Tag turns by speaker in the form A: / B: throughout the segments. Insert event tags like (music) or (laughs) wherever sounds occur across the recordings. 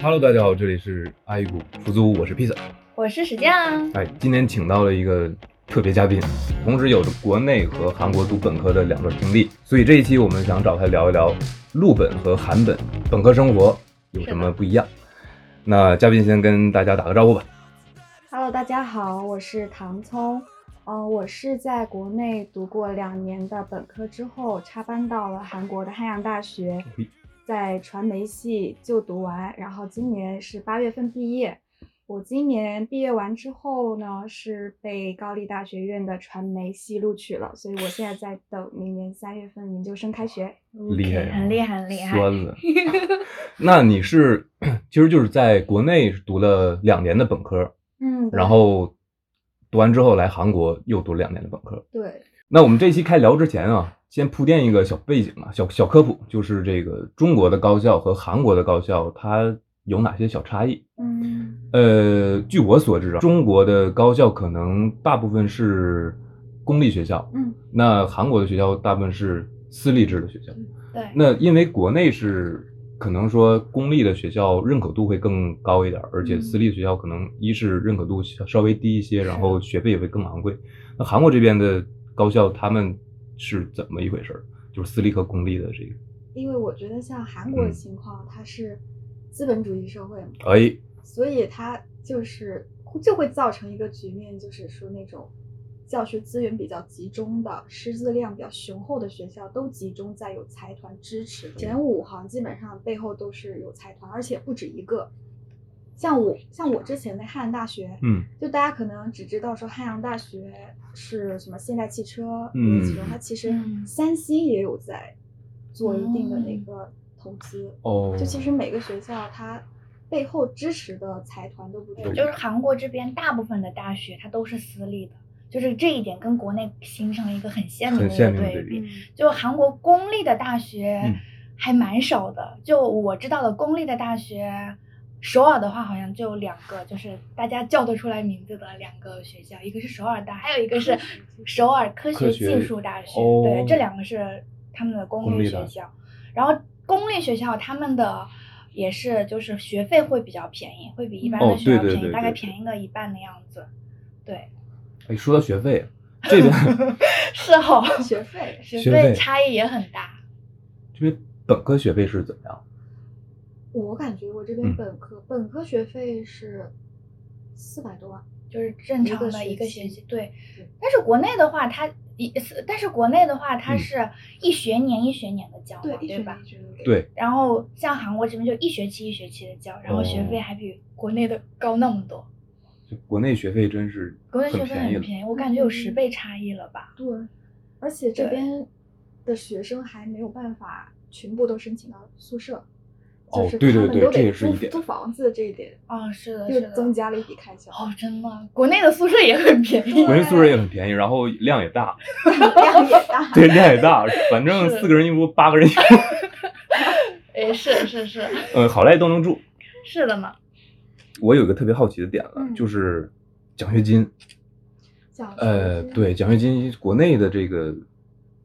A: Hello，大家好，这里是爱谷出租屋，我是披萨。
B: 我是石匠，
A: 哎，今天请到了一个特别嘉宾，同时有着国内和韩国读本科的两段经历，所以这一期我们想找他聊一聊陆本和韩本本科生活有什么不一样。那嘉宾先跟大家打个招呼吧。
C: Hello，大家好，我是唐聪。呃，我是在国内读过两年的本科之后，插班到了韩国的汉阳大学
A: 嘿，
C: 在传媒系就读完，然后今年是八月份毕业。我今年毕业完之后呢，是被高丽大学院的传媒系录取了，所以我现在在等明年三月份研究生开学。
A: 厉害啊
B: OK，很厉害，很厉害。
A: 酸了。 (laughs) 那你是， (clears throat) 其实就是在国内读了两年的本科，
C: 嗯，对
A: 然后读完之后来韩国又读了两年的本科。
C: 对，
A: 那我们这期开聊之前啊，先铺垫一个小背景啊，小小科普，就是这个中国的高校和韩国的高校它有哪些小差异？
C: 嗯，
A: 呃，据我所知啊，中国的高校可能大部分是公立学校，
C: 嗯，
A: 那韩国的学校大部分是私立制的学校。
B: 对，
A: 那因为国内是可能说公立的学校认可度会更高一点儿，而且
C: 嗯
A: 私立的学校可能一是认可度稍微低一些，然
B: 是
A: 后学费也会更昂贵。那韩国这边的高校他们是怎么一回事儿？就是私立和公立的这个，
C: 因为我觉得像韩国的
A: 嗯
C: 情况，它是资本主义社会嘛，
A: 哎，
C: 所以它就是就会造成一个局面，就是说那种教学资源比较集中的、师资量比较雄厚的学校，都集中在有财团支持的前五行，基本上背后都是有财团，而且不止一个。像我像我之前的汉阳大学，
A: 嗯，
C: 就大家可能只知道说汉阳大学是什么现代汽车，
A: 嗯
C: 其中它其实
B: 嗯
C: 三星也有在做一定的那个投资。
A: 哦，
C: 就其实每个学校它背后支持的财团都不一
B: 对，
C: 样。
B: 就是韩国这边大部分的大学它都是私立的，就是这一点跟国内形成了一个很鲜明的
A: 很
B: 一
A: 鲜
B: 个
A: 明的对
B: 对
A: 比
B: 比。就韩国公立的大
A: 嗯
B: 学还蛮少的，就我知道的公立的大学，首尔的话好像就有两个，就是大家叫得出来名字的两个学校，一个是首尔大，还有一个是首尔科
A: 科
B: 学
A: 学
B: 技术大学，
A: 哦
B: 对，这两个是他们的
A: 公
B: 公
A: 立
B: 立
A: 的
B: 学校。然后公立学校他们的也是就是学费会比较便宜，会比一般
A: 哦
B: 的学校
A: 对对
B: 便宜，
A: 对
B: 大
A: 对
B: 概
A: 对
B: 便宜个一半的样子。对， (laughs)
A: 哎，说到学费，这边
B: 是哦，
C: 学费
B: 学
A: 学费
B: 费差异也很大。
A: 这边本科学费是怎么样？
C: 我感觉我这
A: 嗯
C: 边本科、本科学费是四百多万，
B: 就是正
C: 嗯一
B: 常
C: 个
B: 的
C: 学
B: 一个
C: 期
B: 学期。对
C: 对，
B: 但是国内的话，它一是，但是国内的话，它
A: 嗯
B: 是一学年一学年的交嘛，
C: 对，
B: 对
C: 一学
B: 吧
C: 年？一学年给。
A: 对，
B: 然后像韩国这边就一学期一学期的交，然后学费
A: 哦
B: 还比国内的高那么多。
A: 就国内学费真是
B: 国内
A: 很
B: 学费很
A: 便宜
B: 便宜，我感觉有十
C: 嗯
B: 倍差异了吧？
C: 对，而且这
B: 对
C: 边的学生还没有办法全部都申请到宿舍，
A: 哦
C: 就是
A: 对对
C: 他们
A: 对
C: 都
A: 这也
C: 得
A: 是一
C: 租
A: 点
C: 租房子这一点，
B: 哦，是的，
C: 又
B: 是的，
C: 增加了一笔开销。
B: 哦，真的，国内的宿舍也很便宜
A: 了，。国内宿舍也很便宜，然后量也大，
C: 量也大。
A: 对，量也大，反正
B: 是
A: 四个人一屋，八个人一屋，
B: 哎，是是是
A: 嗯，好赖都能住。
B: 是的嘛。
A: 我有一个特别好奇的点了，
C: 嗯
A: 就是奖学金。
C: 奖学
A: 呃，
C: 金，
A: 对，奖学金，国内的这个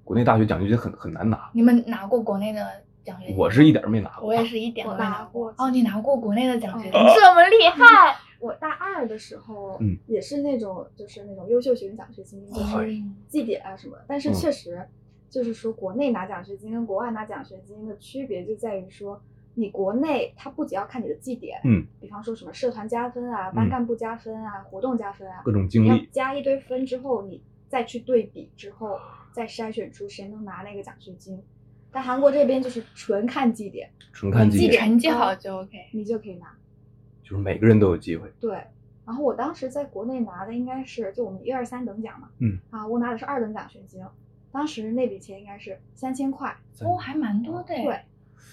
A: 国内大学奖学金很很难拿，
B: 你们拿过国内的奖学金吗？
A: 我是一点儿没拿过。
B: 我也是一点
C: 我
B: 都没
C: 拿
B: 拿过
C: 过。
B: 哦，你拿过国内的奖学金，
C: 嗯
B: 这么厉害！
C: 我大二的时候
A: 嗯，
C: 也是那种就是那种优秀学生奖学金，就
A: 哎
C: 是
B: 嗯
C: 绩点啊什么的。但是
A: 嗯
C: 确实，就是说国内拿奖学金跟国外拿奖学金的区别就在于说，你国内它不仅要看你的绩点，
A: 嗯，
C: 比方说什么社团加分啊、
A: 嗯
C: 班干部加分啊、活动加分啊，
A: 各种经
C: 你要
A: 历，
C: 加一堆分之后，你再去对比之后，再筛选出谁能拿那个奖学金。但韩国这边就是纯看绩点，
A: 纯看
C: 你
A: 绩
C: 绩
A: 点，
C: 点
B: 成绩好就 OK。
C: 你就可以拿。
A: 就是每个人都有机会。
C: 对，然后我当时在国内拿的应该是就我们一二三等奖嘛，
A: 嗯，
C: 啊，我拿的是二等奖学金，当时那笔钱应该是三千块，
A: 咱
B: 哦，还蛮多的诶。
C: 对，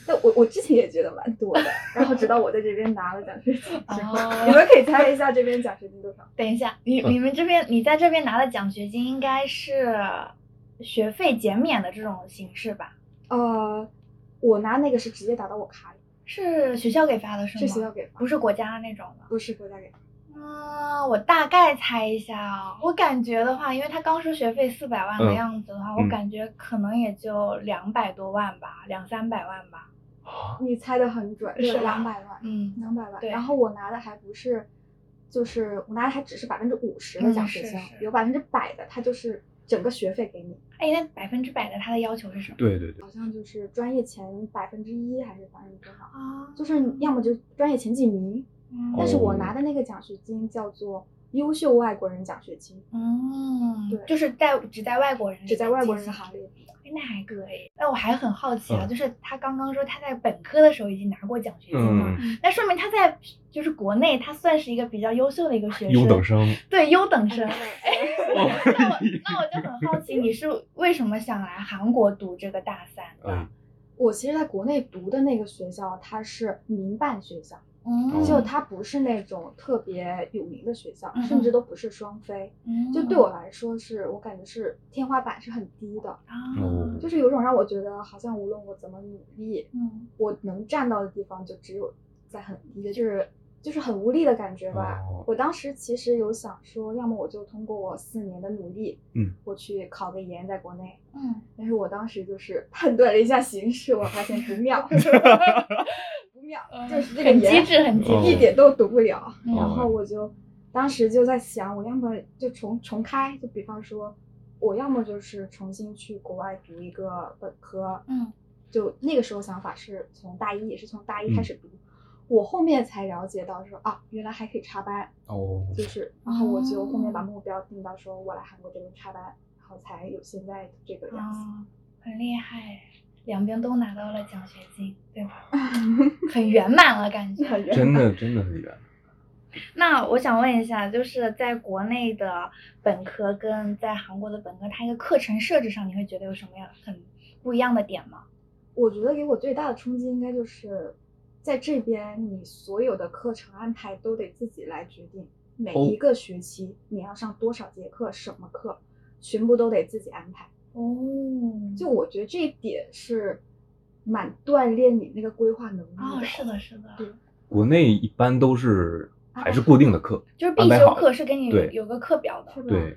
C: 但我我之前也觉得蛮多的，然后直到我在这边拿了奖学金之后，
A: (laughs)
C: 你
B: 哦，
C: 们可以猜一下这边奖学金多少？
B: 等一下，
A: 嗯
B: 你你们这边你在这边拿的奖学金应该是学费减免的这种形式吧？
C: 呃，我拿那个是直接打到我卡里，
B: 是学校给发的是吗？
C: 是学校给发，
B: 不是国家那种的。
C: 不是国家给发，
B: 嗯，我大概猜一下啊，我感觉的话，因为他刚说学费四百万的
A: 嗯
B: 样子的话，
A: 嗯
B: 我感觉可能也就两百多万吧，两三百万吧。
A: 啊，
C: 你猜的很准，
B: 是吧
C: 两百万，
B: 嗯，
C: 两百万。
B: 对
C: 然后我拿的还不是，就是我拿的还只是百分之五十的
B: 嗯
C: 奖
B: 是
C: 学金，
B: 是
C: 有百分之百的，它就是整个学费给你，
B: 哎，那百分之百的他的要求是什么？
A: 对对对，
C: 好像就是专业前百分之一还是百分之多少，
B: 啊
C: 就是你要么就专业前几名。
B: 嗯
C: 但是我
A: 哦
C: 拿的那个奖学金叫做优秀外国人奖学金，
B: 嗯
C: 对
B: 就是在只在外国人
C: 哦只在外国人
B: 进行
C: 行列比。
B: 哎那还可以。那我还很好奇啊，
A: 嗯
B: 就是他刚刚说他在本科的时候已经拿过奖学金了，
A: 嗯，
B: 那说明他在就是国内他算是一个比较优秀的一个学生，
A: 优等生，
B: 对优
C: 嗯
B: 等生。
C: 哎，
A: (laughs) 哦 (laughs)
B: 那我那我就很好奇，你是为什么想来韩国读这个大三的哦
A: 嗯？
C: (laughs) 我其实在国内读的那个学校，它是民办学校，
A: 哦
B: 嗯，
C: 就它不是那种特别有名的学校，
B: 嗯
C: 甚至都不是双非。
B: 嗯
C: 就对我来说是，我感觉是天花板是很低的，
B: 啊，
A: 哦
C: 就是有种让我觉得好像无论我怎么努力，
B: 嗯
C: 我能站到的地方就只有在很低的，就是就是很无力的感觉吧。
A: 哦
C: 我当时其实有想说，要么我就通过我四年的努力，
A: 嗯，
C: 我去考个研在国内。
B: 嗯，
C: 但是我当时就是判断了一下形势，我发现不
A: (laughs)
C: 妙，不妙，就是这个
B: 嗯很机
C: 研
B: 智，很机
A: 哦
B: 智
C: 一点都读不了。
B: 嗯
C: 然后我就当时就在想，我要么就重重开，就比方说，我要么就是重新去国外读一个本科，
B: 嗯，
C: 就那个时候想法是从大一，也是从大一开
A: 嗯
C: 始读。我后面才了解到说啊，原来还可以插班，
A: 哦，
C: 就是，然后我就后面把
B: 哦
C: 目标定到说我来韩国这边插班，然后才有现在这个样子。
B: 啊，很厉害，两边都拿到了奖学金，对
C: (laughs)
B: 吧？很圆满了，感觉。
C: 很
A: (laughs) 真的真的很远，
B: 那我想问一下，就是在国内的本科跟在韩国的本科，它一个课程设置上，你会觉得有什么样很不一样的点吗？
C: 我觉得给我最大的冲击应该就是，在这边你所有的课程安排都得自己来决定，每
A: 哦
C: 一个学期你要上多少节课、什么课，全部都得自己安排。
B: 哦，
C: 就我觉得这一点是蛮锻炼你那个规划能力
B: 哦，
C: 的。
B: 是的，是的，
C: 对
A: 国内一般都是还是固定的课，
B: 就是必
A: 安排
B: 修
A: 好
B: 课是给你有
A: 对
B: 有个课表的
C: 是，吧？
A: 对，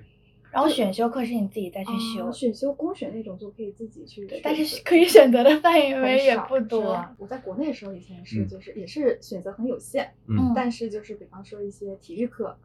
B: 然后选修课是你自己再去
C: 啊
B: 修，
C: 选修、公选那种就可以自己去
B: 对
C: 选，
B: 但是
C: 择
B: 可以选择的范
C: 很
B: 围也
C: 少
B: 不
C: 是
B: 多
C: 吧。我在国内的时候，以前是
A: 嗯
C: 就是也是选择很有限，
A: 嗯
C: 但是就是比方说一些体育课，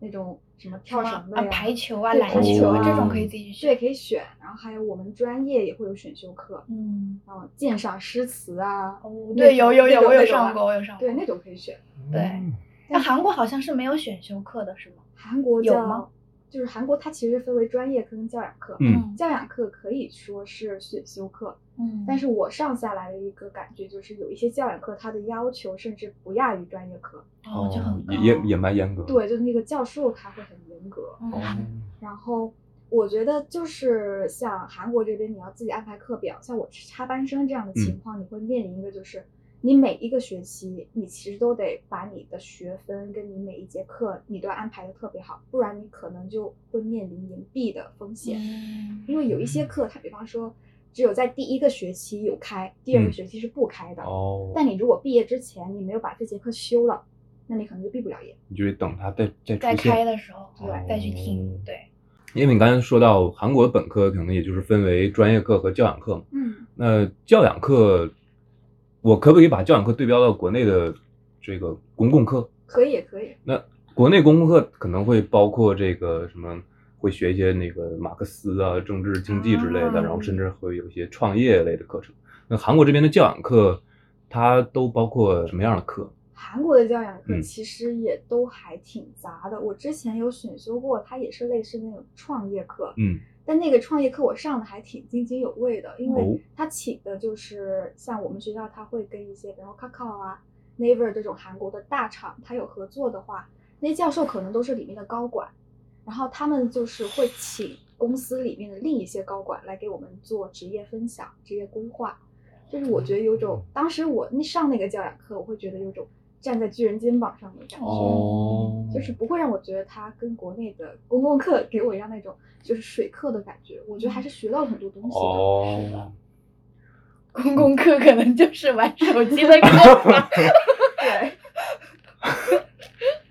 C: 那种什么跳
B: 什
C: 绳
B: 么
C: 的
B: 啊
C: 呀、
B: 排球啊、
C: 对
B: 篮
C: 排
B: 球啊
C: 球
B: 这种
C: 啊
B: 可以自己去
C: 对，
B: 选。
C: 可以选。然后还有我们专业也会有选修课，
B: 嗯，
C: 然后鉴赏诗词啊，
B: 哦
C: 那
B: 对，有
C: 种
B: 有
C: 那
B: 有，
C: 种
B: 我有
C: 那种
B: 上
C: 啊
B: 过，我有上过。
C: 对，那种可以选。
B: 对
A: 嗯
B: 那韩国好像是没有选修课的，是吗？
C: 韩国
B: 有
C: 叫
B: 吗
C: 就是韩国，它其实分为专业课跟教养课。
A: 嗯，
C: 教养课可以说是选修课，
B: 嗯，
C: 但是我上下来的一个感觉就是，有一些教养课它的要求甚至不亚于专业课。
B: 哦就很高。
A: 也也也蛮严格，，
C: 对，就是那个教授他会很严格。
A: 哦，
B: 嗯
C: 然后我觉得就是像韩国这边，你要自己安排课表，像我是插班生这样的情况，你会面临一个就是，你每一个学期，你其实都得把你的学分跟你每一节课你都要安排的特别好，不然你可能就会面临延毕的风险，
B: 嗯
C: 因为有一些课，它比方说只有在第一个学期有开，第二个
A: 嗯
C: 学期是不开的，
A: 哦，
C: 但你如果毕业之前你没有把这节课修了，那你可能就毕不了业。
A: 你就得等它再再
B: 在
A: 出
B: 开
A: 现，
B: 的时候
A: 哦
B: 再去听，对，
A: 因为你刚才说到韩国本科可能也就是分为专业课和教养课嘛，
C: 嗯，
A: 那教养课，我可不可以把教养课对标到国内的这个公共课？
C: 可以，可以。
A: 国内公共课可能会包括这个什么，会学一些那个马克思啊、政治、经济之类的，
B: 啊
A: 然后甚至会有一些创业类的课程。那韩国这边的教养课，它都包括什么样的课？
C: 韩国的教养课
A: 嗯
C: 其实也都还挺杂的。我之前有选修过，它也是类似那种创业课，
A: 嗯，
C: 但那个创业课我上的还挺津津有味的，因
A: 哦
C: 为它请的就是像我们学校，它会跟一些比如 Kakao 啊、Naver 这种韩国的大厂，它有合作的话，那些教授可能都是里面的高管，然后他们就是会请公司里面的另一些高管来给我们做职业分享、职业规划。就是我觉得有种，当时我那上那个教养课，我会觉得有种站在巨人肩膀上的感觉，
B: 哦
C: 就是不会让我觉得它跟国内的公共课给我一样那种就是水课的感觉。我觉得还是学到了很多东西的。是的
A: 哦，
B: 公共课可能就是玩手机的课
A: (laughs)
B: 吧。
C: 对，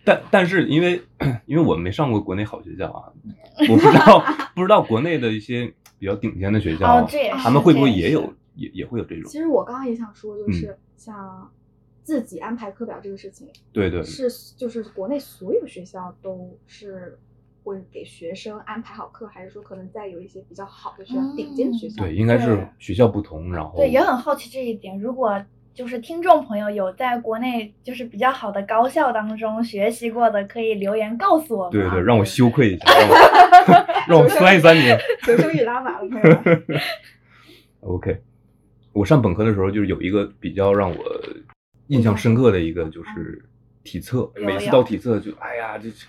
A: 但但是因为 (clears throat) 因为我没上过国内好学校啊，
B: (laughs)
A: 我不知道不知道国内的一些比较顶尖的学校，
B: 哦这也是
A: 他们会不会
B: 这也
A: 也
B: 是
A: 有也也会有这种
C: 其，实我刚刚也想说，
A: 嗯
C: 就是像自己安排课表这个事情，
A: 对对，
C: 是就是国内所有学校都是会给学生安排好课，还是说可能在有一些比较好的学校、
B: 嗯
C: 顶尖的学校？
A: 对，应该是
B: 对
A: 学校不同，然后
B: 对，也很好奇这一点。如果就是听众朋友有在国内就是比较好的高校当中学习过的，可以留言告诉我们。啊
A: 对对，让我羞愧
B: (laughs)
A: 一下，让我让我摔三年。
C: 求生欲拉满了，朋友
A: (laughs)
C: 们。
A: OK，我上本科的时候就是有一个比较让我印象深刻的一个就是体测，
B: 有
A: 每次
B: 嗯有
A: 到体测就哎呀，这是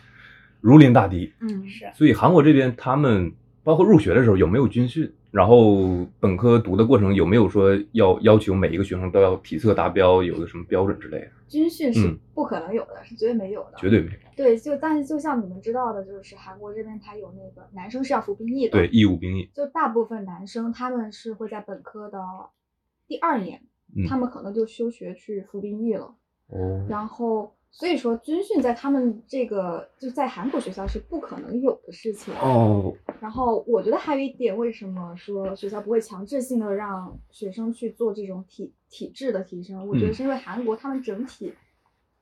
A: 如临大敌。
C: 嗯，
B: 是
A: 所以韩国这边他们包括入学的时候有没有军训，然后本科读的过程有没有说要要求每一个学生都要体测达标，有个什么标准之类的？
C: 军训是
A: 嗯
C: 不可能有的，是绝对没有的。
A: 绝对没有，
C: 对，就但是就像你们知道的，就是韩国这边它有那个男生是要服兵役的，
A: 对，义务兵役，
C: 就大部分男生他们是会在本科的第二年，
A: 嗯
C: 他们可能就休学去服兵役了。
A: 哦，
C: 然后所以说军训在他们这个就在韩国学校是不可能有的事情。
A: 哦，
C: 然后我觉得还有一点，为什么说学校不会强制性的让学生去做这种体体制的提升？我觉得
A: 嗯
C: 是因为韩国他们整体、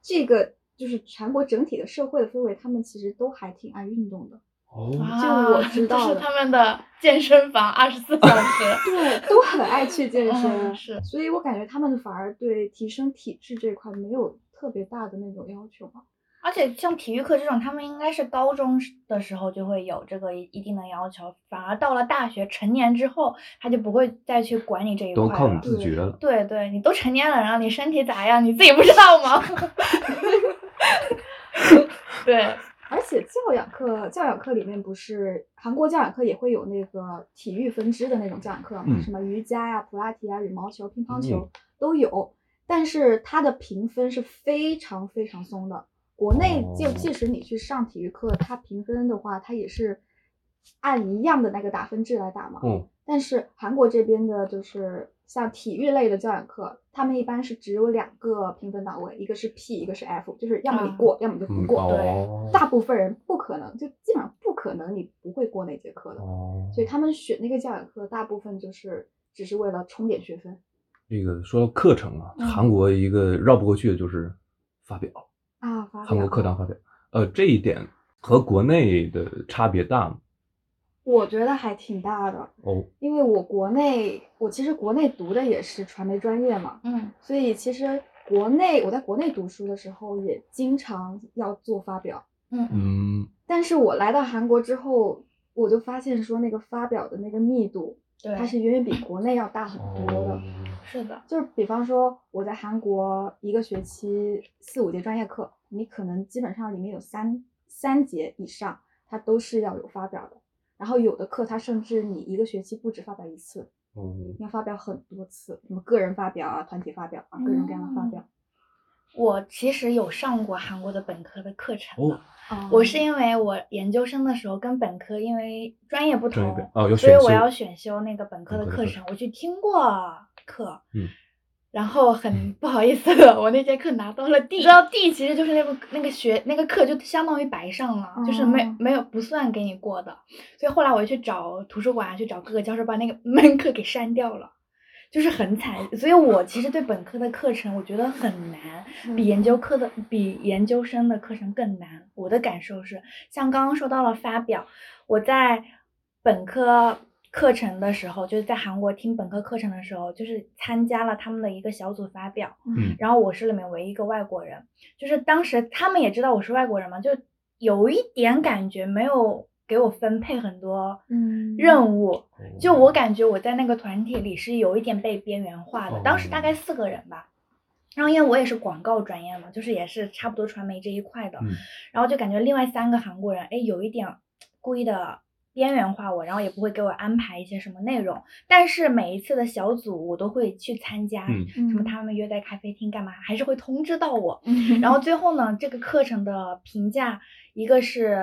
C: 这个就是韩国整体的社会的氛围，他们其实都还挺爱运动的，
A: 哦，
B: 哇
C: 就我知道
B: 这是
C: 的
B: 他们的健身房二十四小时。
C: 对，都很爱去健身，
B: 嗯是
C: 所以我感觉他们反而对提升体质这块没有特别大的那种要求吧。
B: 而且像体育课这种，他们应该是高中时的时候就会有这个一一定的要求，反而到了大学成年之后，他就不会再去管你这一块
A: 都
B: 了。
A: 靠你自觉了。
B: 对对，你都成年人了，你身体咋样，你自己不知道吗？ (laughs) 对，
C: 而且教养课，教养课里面不是韩国教养课也会有那个体育分支的那种教养课嘛，
A: 嗯
C: 什么瑜伽呀、普拉提呀、羽毛球、乒乓球、
A: 嗯
C: 都有，但是它的评分是非常非常松的。国内就
A: 哦
C: 即使你去上体育课，它评分的话，它也是按一样的那个打分制来打嘛。
A: 哦，
C: 但是韩国这边的就是像体育类的教养课，他们一般是只有两个评分档位，一个是 P，一个是 F，就是要么你
B: 啊
C: 过，要么就不
A: 嗯，
C: 过。
A: 哦，
C: 大部分人不可能，就基本上不可能你不会过那节课的。
A: 哦，
C: 所以他们选那个教养课，大部分就是只是为了冲点学分
A: 这个说到课程啊，
C: 嗯
A: 韩国一个绕不过去的就是发表，
C: 啊。发
A: 韩国
C: 表
A: 课堂发表，呃，这一点和国内的差别大吗？
C: 我觉得还挺大的，
A: 哦，
C: 因为我国内我其实国内读的也是传媒专业嘛，
B: 嗯，
C: 所以其实国内我在国内读书的时候也经常要做发表，
B: 嗯嗯，
A: 嗯，
C: 但是我来到韩国之后，我就发现说那个发表的那个密度，
B: 对，
C: 它是远远比国内要大很多的。
A: 哦，
B: 是的，
C: 就是比方说我在韩国一个学期四五节专业课，你可能基本上里面有三三节以上，它都是要有发表的。然后有的课它甚至你一个学期不止发表一次，
A: 哦，
C: 你要发表很多次，什么个人发表啊、团体发表啊、各种各样的发表。
B: 嗯我其实有上过韩国的本科的课程的。
A: 哦
C: 啊
B: 我是因为我研究生的时候跟本科因为专业不
A: 专业
B: 同
A: 本，哦有
B: 所以
A: 选
B: 我
A: 修
B: 要选修那个本科的
A: 本科的
B: 课
A: 课
B: 程，我去听过课，
A: 嗯，
B: 然后很不好意思，我那节课拿到了 D，你知道 D 其实就是那个那个学那个课就相当于白上了，就是没
C: 哦
B: 没有不算给你过的，所以后来我去找图书馆去找各个教授把那个门课给删掉了。就是很惨，所以我其实对本科的课程我觉得很难，
C: 嗯
B: 比研究课的比研究生的课程更难。我的感受是，像刚刚说到了发表，我在本科课程的时候，就是在韩国听本科课程的时候，就是参加了他们的一个小组发表，
A: 嗯
B: 然后我是里面唯一一个外国人，就是当时他们也知道我是外国人嘛，就有一点感觉没有给我分配很多
C: 嗯
B: 任务，
A: 哦
B: 就我感觉我在那个团体里是有一点被边缘化的，当时
A: 哦
B: 大概四个人吧。然后因为我也是广告专业嘛，就是也是差不多传媒这一块的，
A: 嗯
B: 然后就感觉另外三个韩国人，哎，有一点故意的边缘化我，然后也不会给我安排一些什么内容。但是每一次的小组我都会去参加，
A: 嗯
B: 什么
C: 嗯
B: 他们约在咖啡厅干嘛，还是会通知到我。
C: 嗯
B: 然后最后呢，这个课程的评价，一个是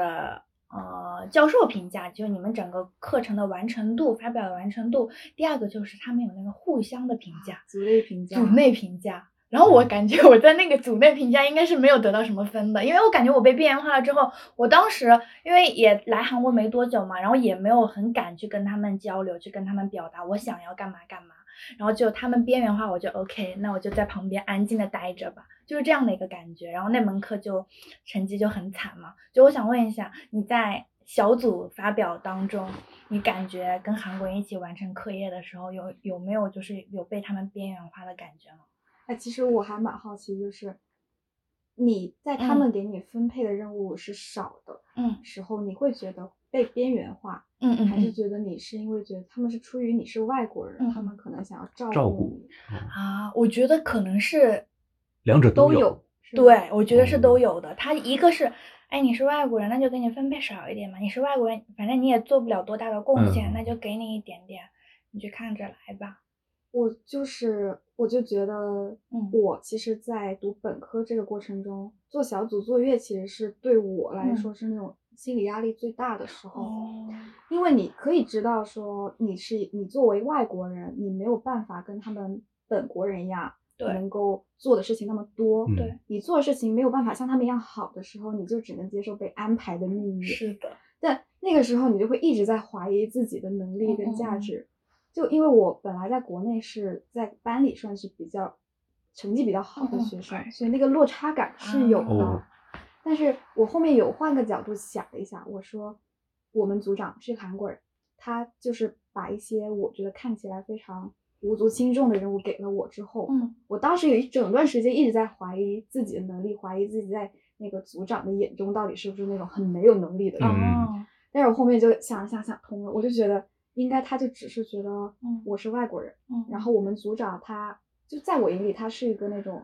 B: 呃教授评价，就是你们整个课程的完成度、发表的完成度；第二个就是他们有那个互相的评价，
C: 组内评价，
B: 组内评价。然后我感觉我在那个组内评价应该是没有得到什么分的，因为我感觉我被边缘化了之后，我当时因为也来韩国没多久嘛，然后也没有很敢去跟他们交流，去跟他们表达我想要干嘛干嘛。然后只有他们边缘化，我就 OK，那我就在旁边安静的待着吧，就是这样的一个感觉。然后那门课就成绩就很惨嘛。就我想问一下，你在小组发表当中，你感觉跟韩国人一起完成课业的时候，有有没有就是有被他们边缘化的感觉吗？
C: 哎，其实我还蛮好奇，就是你在他们给你分配的任务是少的
B: 嗯
C: 时候，你会觉得被边缘化，
B: 嗯嗯，
C: 还是觉得你是因为觉得他们是出于你是外国人，他
B: 嗯
C: 们可能想要照
A: 照
C: 顾你，
B: 啊，我觉得可能是
A: 两者
C: 都
A: 有。
C: 有，是吧，
B: 对，我觉得是
A: 哦
B: 都有的。他一个是，哎，你是外国人，那就给你分配少一点嘛。你是外国人，反正你也做不了多大的贡献，那
A: 嗯
B: 就给你一点点，你就看着来吧。
C: 我就是我就觉得
B: 嗯，
C: 我其实，在读本科这个过程中，做小组作业其实是对我来
B: 嗯
C: 说是那种心理压力最大的
B: 哦
C: 时候，因为你可以知道说你是你作为外国人，你没有办法跟他们本国人一样，
B: 对
C: 能够做的事情那么多，
A: 嗯
B: 对，
C: 你做的事情没有办法像他们一样好的时候，你就只能接受被安排的命运。
B: 是的，
C: 但那个时候你就会一直在怀疑自己的能
B: 嗯
C: 力跟价值。就因为我本来在国内是在班里算是比较成绩比较好的
B: 嗯嗯嗯
C: 学生，所以那个落差感是有的。
A: 哦
C: 但是我后面有换个角度想了一下，我说我们组长是韩国人，他就是把一些我觉得看起来非常无足轻重的任务给了我之后，
B: 嗯
C: 我当时有一整段时间一直在怀疑自己的能力，怀疑自己在那个组长的眼中到底是不是那种很没有能力的人。
A: 嗯
B: 哦，
C: 但是我后面就想了想想通了，我就觉得应该他就只是觉得
B: 嗯
C: 我是外国人，
B: 嗯，
C: 然后我们组长他就在我眼里他是一个那种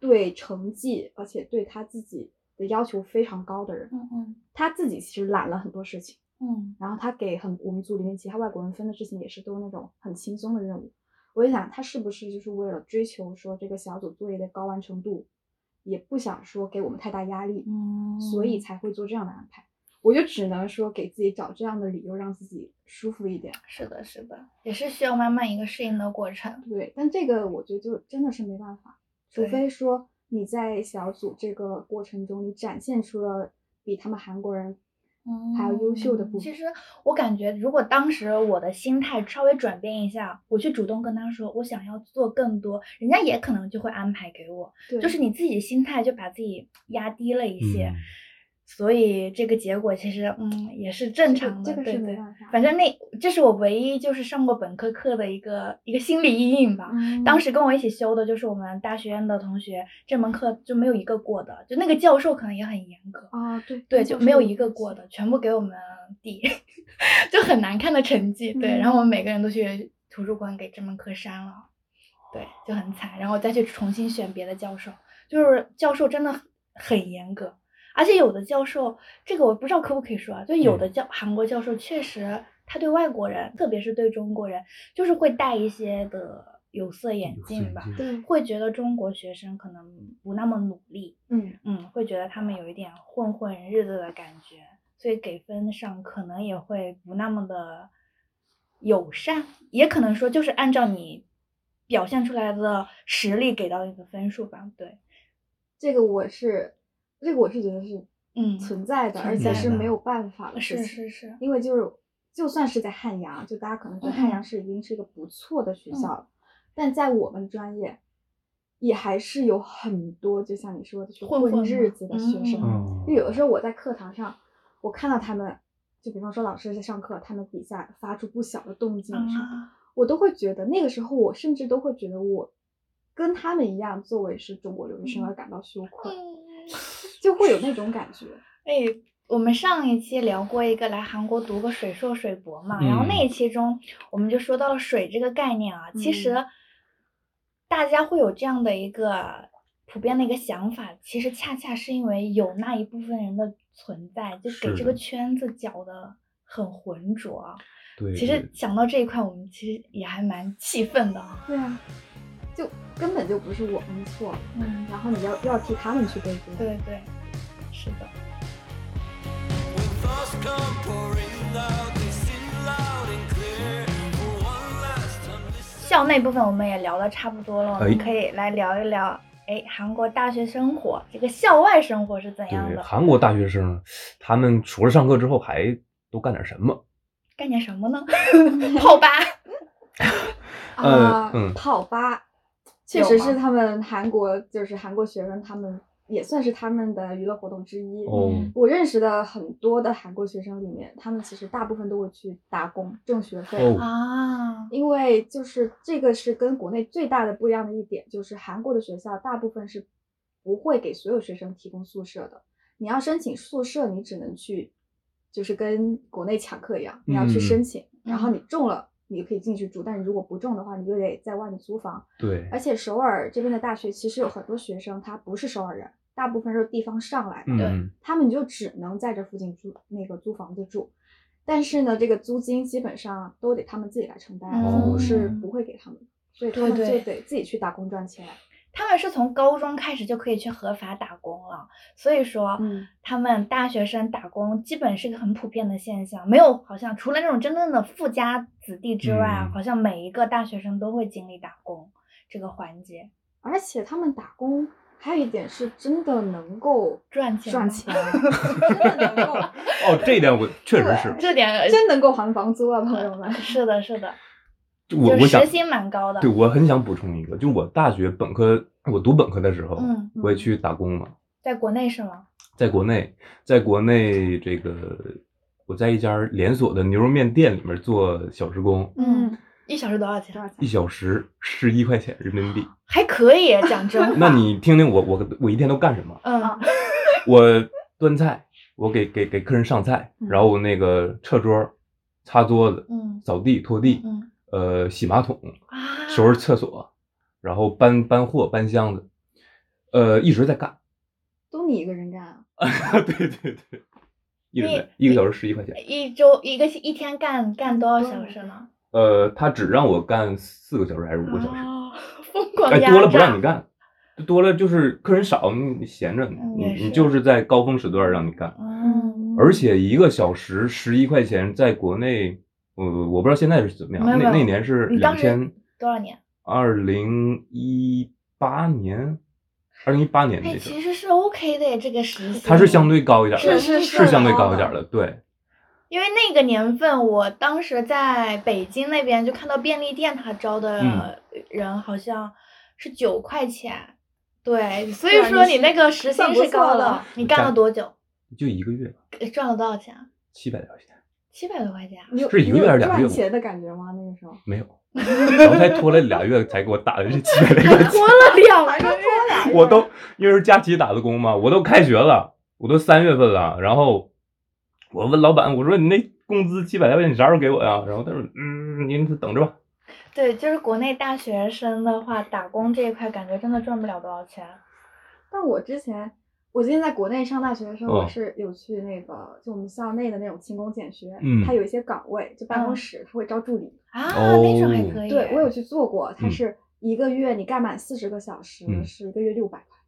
C: 对成绩而且对他自己的要求非常高的人，
B: 嗯嗯
C: 他自己其实揽了很多事情，
B: 嗯
C: 然后他给很我们组里面其他外国人分的事情也是都那种很轻松的任务。我就想，他是不是就是为了追求说这个小组作业的高完成度，也不想说给我们太大压力，
B: 嗯，
C: 所以才会做这样的安排。我就只能说给自己找这样的理由，让自己舒服一点。
B: 嗯是的，是的，也是需要慢慢一个适应的过程。
C: 对，但这个我觉得就真的是没办法，除
B: 对
C: 非说你在小组这个过程中，你展现出了比他们韩国人
B: 嗯，
C: 还有优秀的部
B: 其
C: 分。
B: 实我感觉，如果当时我的心态稍微转变一下，我去主动跟他说我想要做更多，人家也可能就会安排给我。
C: 对，
B: 就是你自己心态就把自己压低了一些，
A: 嗯
B: 所以这个结果其实嗯也是正常的，
C: 这个
B: 对
C: 是没
B: 对。
C: 办法。
B: 反正那这是我唯一就是上过本科课的一个一个心理阴影吧。
C: 嗯
B: 当时跟我一起修的就是我们大学院的同学，这门课就没有一个过的，就那个教授可能也很严格，
C: 啊，对
B: 对，
C: 那
B: 就
C: 时
B: 没有
C: 候
B: 一个
C: 是
B: 过的，全部给我们 D，就很难看的成绩。对，然后我们每个人都去图书馆给这门课删了，对，就很惨。然后再去重新选别的教授，就是教授真的很很严格，而且有的教授，这个我不知道可不可以说啊，就有的教、韩国教授确实他对外国人，特别是对中国人，就是会戴一些的有色眼镜吧，
C: 对，
B: 会觉得中国学生可能不那么努力。
C: 嗯，
B: 嗯，会觉得他们有一点混混日子的感觉，所以给分上可能也会不那么的友善，也可能说就是按照你表现出来的实力给到你的分数吧。对，
C: 这个我是，这个我是觉得是
B: 嗯
C: 存在的，而
B: 存
C: 且
B: 在
C: 是
A: 的
C: 没有办法的事
B: 是
C: 情。
B: 是是，
C: 因为就是就算是在汉阳，就大家可能觉得汉
B: 嗯
C: 阳市已经是一个不错的学校了，但在我们专业，也还是有很多就像你说的去
B: 混混
C: 混日
B: 吗
C: 子的学生。
A: 嗯
C: 就有的时候我在课堂上，我看到他们，就比方说老师在上课，他们底下发出不小的动静的时候，
B: 啊，
C: 我都会觉得那个时候，我甚至都会觉得我跟他们一样，作为是中国留学生而感到羞愧，
B: 嗯，
C: 就会有那种感觉。
B: 哎，我们上一期聊过一个来韩国读个水硕水博嘛，然后那
A: 嗯
B: 一期中我们就说到了水这个概念啊，其实
C: 嗯
B: 大家会有这样的一个普遍的一个想法，其实恰恰是因为有那一部分人的存在，就给
A: 是
B: 这个
A: 的
B: 圈子搅得很浑浊。啊
A: 对，
B: 其
A: 对
B: 实想到这一块，我们其实也还蛮气愤的啊。
C: 对啊，就根本就不是我们的错。
B: 嗯，
C: 然后你要要替他们去背锅。
B: 对对，是的。
D: When thoughts come pouring out, they sing loud and clear for one last time.
B: 校内部分我们也聊的差不多了，我
A: 哎
B: 们可以来聊一聊，哎，韩国大学生活，这个校外生活是怎样
A: 对
B: 的？
A: 韩国大学生，他们除了上课之后还都干点什么？ (laughs)
B: 干点什么呢？泡吧，
C: 啊、
A: 嗯
C: 泡吧，确
B: 有
C: 实
B: 吗
C: 是他们韩国，就是韩国学生，他们也算是他们的娱乐活动之
B: 嗯
C: 一。
A: 哦，
C: 我认识的很多的韩国学生里面，他们其实大部分都会去打工挣学费，
A: 哦
B: 啊，
C: 因为就是这个是跟国内最大的不一样的一点，就是韩国的学校大部分是不会给所有学生提供宿舍的，你要申请宿舍，你只能去，就是跟国内抢课一样，你要去
A: 嗯
C: 申请，然后
B: 嗯
C: 你中了。你可以进去住，但是如果不中的话，你就得在外面租房。
A: 对
C: 而，且首尔这边的大学其实有很多学生，他不是首尔人，大部分是地方上来的，
A: 嗯，
C: 他们就只能在这附近租那个租房子住。但是呢，这个租金基本上都得他们自己来承担，父母是
B: 嗯
C: 不会给他们的，所以他
B: 对
C: 们就
B: 对
C: 得自己去打工赚钱。
B: 他们是从高中开始就可以去合法打工了，所以说，
C: 嗯
B: 他们大学生打工基本是个很普遍的现象，没有好像除了那种真正的富家子弟之外，啊
A: 嗯
B: 好像每一个大学生都会经历打工这个环节，
C: 而且他们打工还有一点是真的能够
B: 赚钱
C: 赚
B: 吗
C: 钱， (laughs) 真的能
B: (laughs)
C: 够，
A: 哦，这一点我确实是，
B: 这点
C: 真能够还房租啊，朋友们。
B: 是的，是
A: 哦
B: 的，
A: 就我
B: 就
A: 我想
B: 时薪蛮高的
A: 对我很想补充一个，就我大学本科，我读本科的时候，
B: 嗯
A: 我也去打工嘛，
B: 在国内是吗？
A: 在国内，在国内这个我在一家连锁的牛肉面店里面做小时工，
B: 嗯，一小时多少
C: 多
B: 钱？
C: 少
A: 一
C: 钱？
A: 小时十一块钱人民币。
B: 还可以，讲
A: (laughs)
B: 真话。
A: 那你听听我我我一天都干什么？
B: 嗯
A: 我端菜，我给给给客人上菜，
C: 嗯
A: 然后那个撤桌、擦桌子、
B: 嗯
A: 扫地、拖地，
B: 嗯
A: 呃，洗马桶，
B: 啊，
A: 收拾厕所，然后搬搬货、搬箱子，呃，一直在干。 (laughs)
C: 都你一个人干啊？
A: 对对对，一直
B: 你
A: 在一个小时十一块钱。
B: 一周一个一天干干多少小时呢？
A: 呃，他只让我干四个小时还是五个小时？
B: 哦，疯狂
A: 哎，
B: 压
A: 多了不
B: 榨
A: 让你干，多了就是客人少，你你闲着，
B: 嗯
A: 你
B: 也
A: 你
B: 是
A: 就是在高峰时段让你干，
B: 嗯，
A: 而且一个小时十一块钱，在国内，我、我不知道现在是怎么样，
B: 没有
A: 那
B: 没
A: 那
B: 有
A: 年是
B: 你
A: 两
B: 当时
A: 千
B: 多少年？
A: 二零一八年，二零一八年
B: 哎，
A: 那时候
B: 其，实是 OK 的耶这个时薪，
A: 它是相对高一点的，
B: 是是
A: 是相对
C: 高
A: 高一
C: 的
A: 点的，对，
B: 因为那个年份，我当时在北京那边就看到便利店他招
A: 嗯
B: 的人好像是九块钱，对，所以
C: 对啊
B: 说
C: 你
B: 你
C: 是
B: 那个时
C: 算
B: 薪
C: 不
B: 是高
C: 错
B: 的
C: 了。
B: 你干了多久？
A: 就一个月吧，
B: 呃赚了多少钱？
A: 七百块钱。
B: 七百多块钱啊！
C: (laughs) 你有
A: 是一个
C: 你有
A: 月还是两个
C: 赚
A: 月
C: 钱的感觉吗？那个时候
B: (laughs)
A: 没有，然后才拖了俩月才给我打的这七百来块钱
B: (laughs) 拖，了两
C: 还
B: 个
C: 能
B: 月
C: 多俩人
A: 我都因为是假期打的工嘛，我都开学了，我都三月份了，然后我问老板，我说你那工资七百来块钱你啥时候给我呀？然后他说，嗯，您等着吧。
B: 对，就是国内大学生的话，打工这一块感觉真的赚不了多少钱。
C: 但我之前，我之前在国内上大学的时候，
A: 嗯
C: 我是有去那个就我们校内的那种勤工俭学，
A: 嗯
C: 它有一些岗位，就办
B: 嗯
C: 公室，它会招助理。
B: 啊，
A: 哦
B: 那种还可以。
C: 对我有，去做过，它
A: 嗯
C: 是一个月你干满四十个小时，
A: 嗯
C: 是一个月六百块。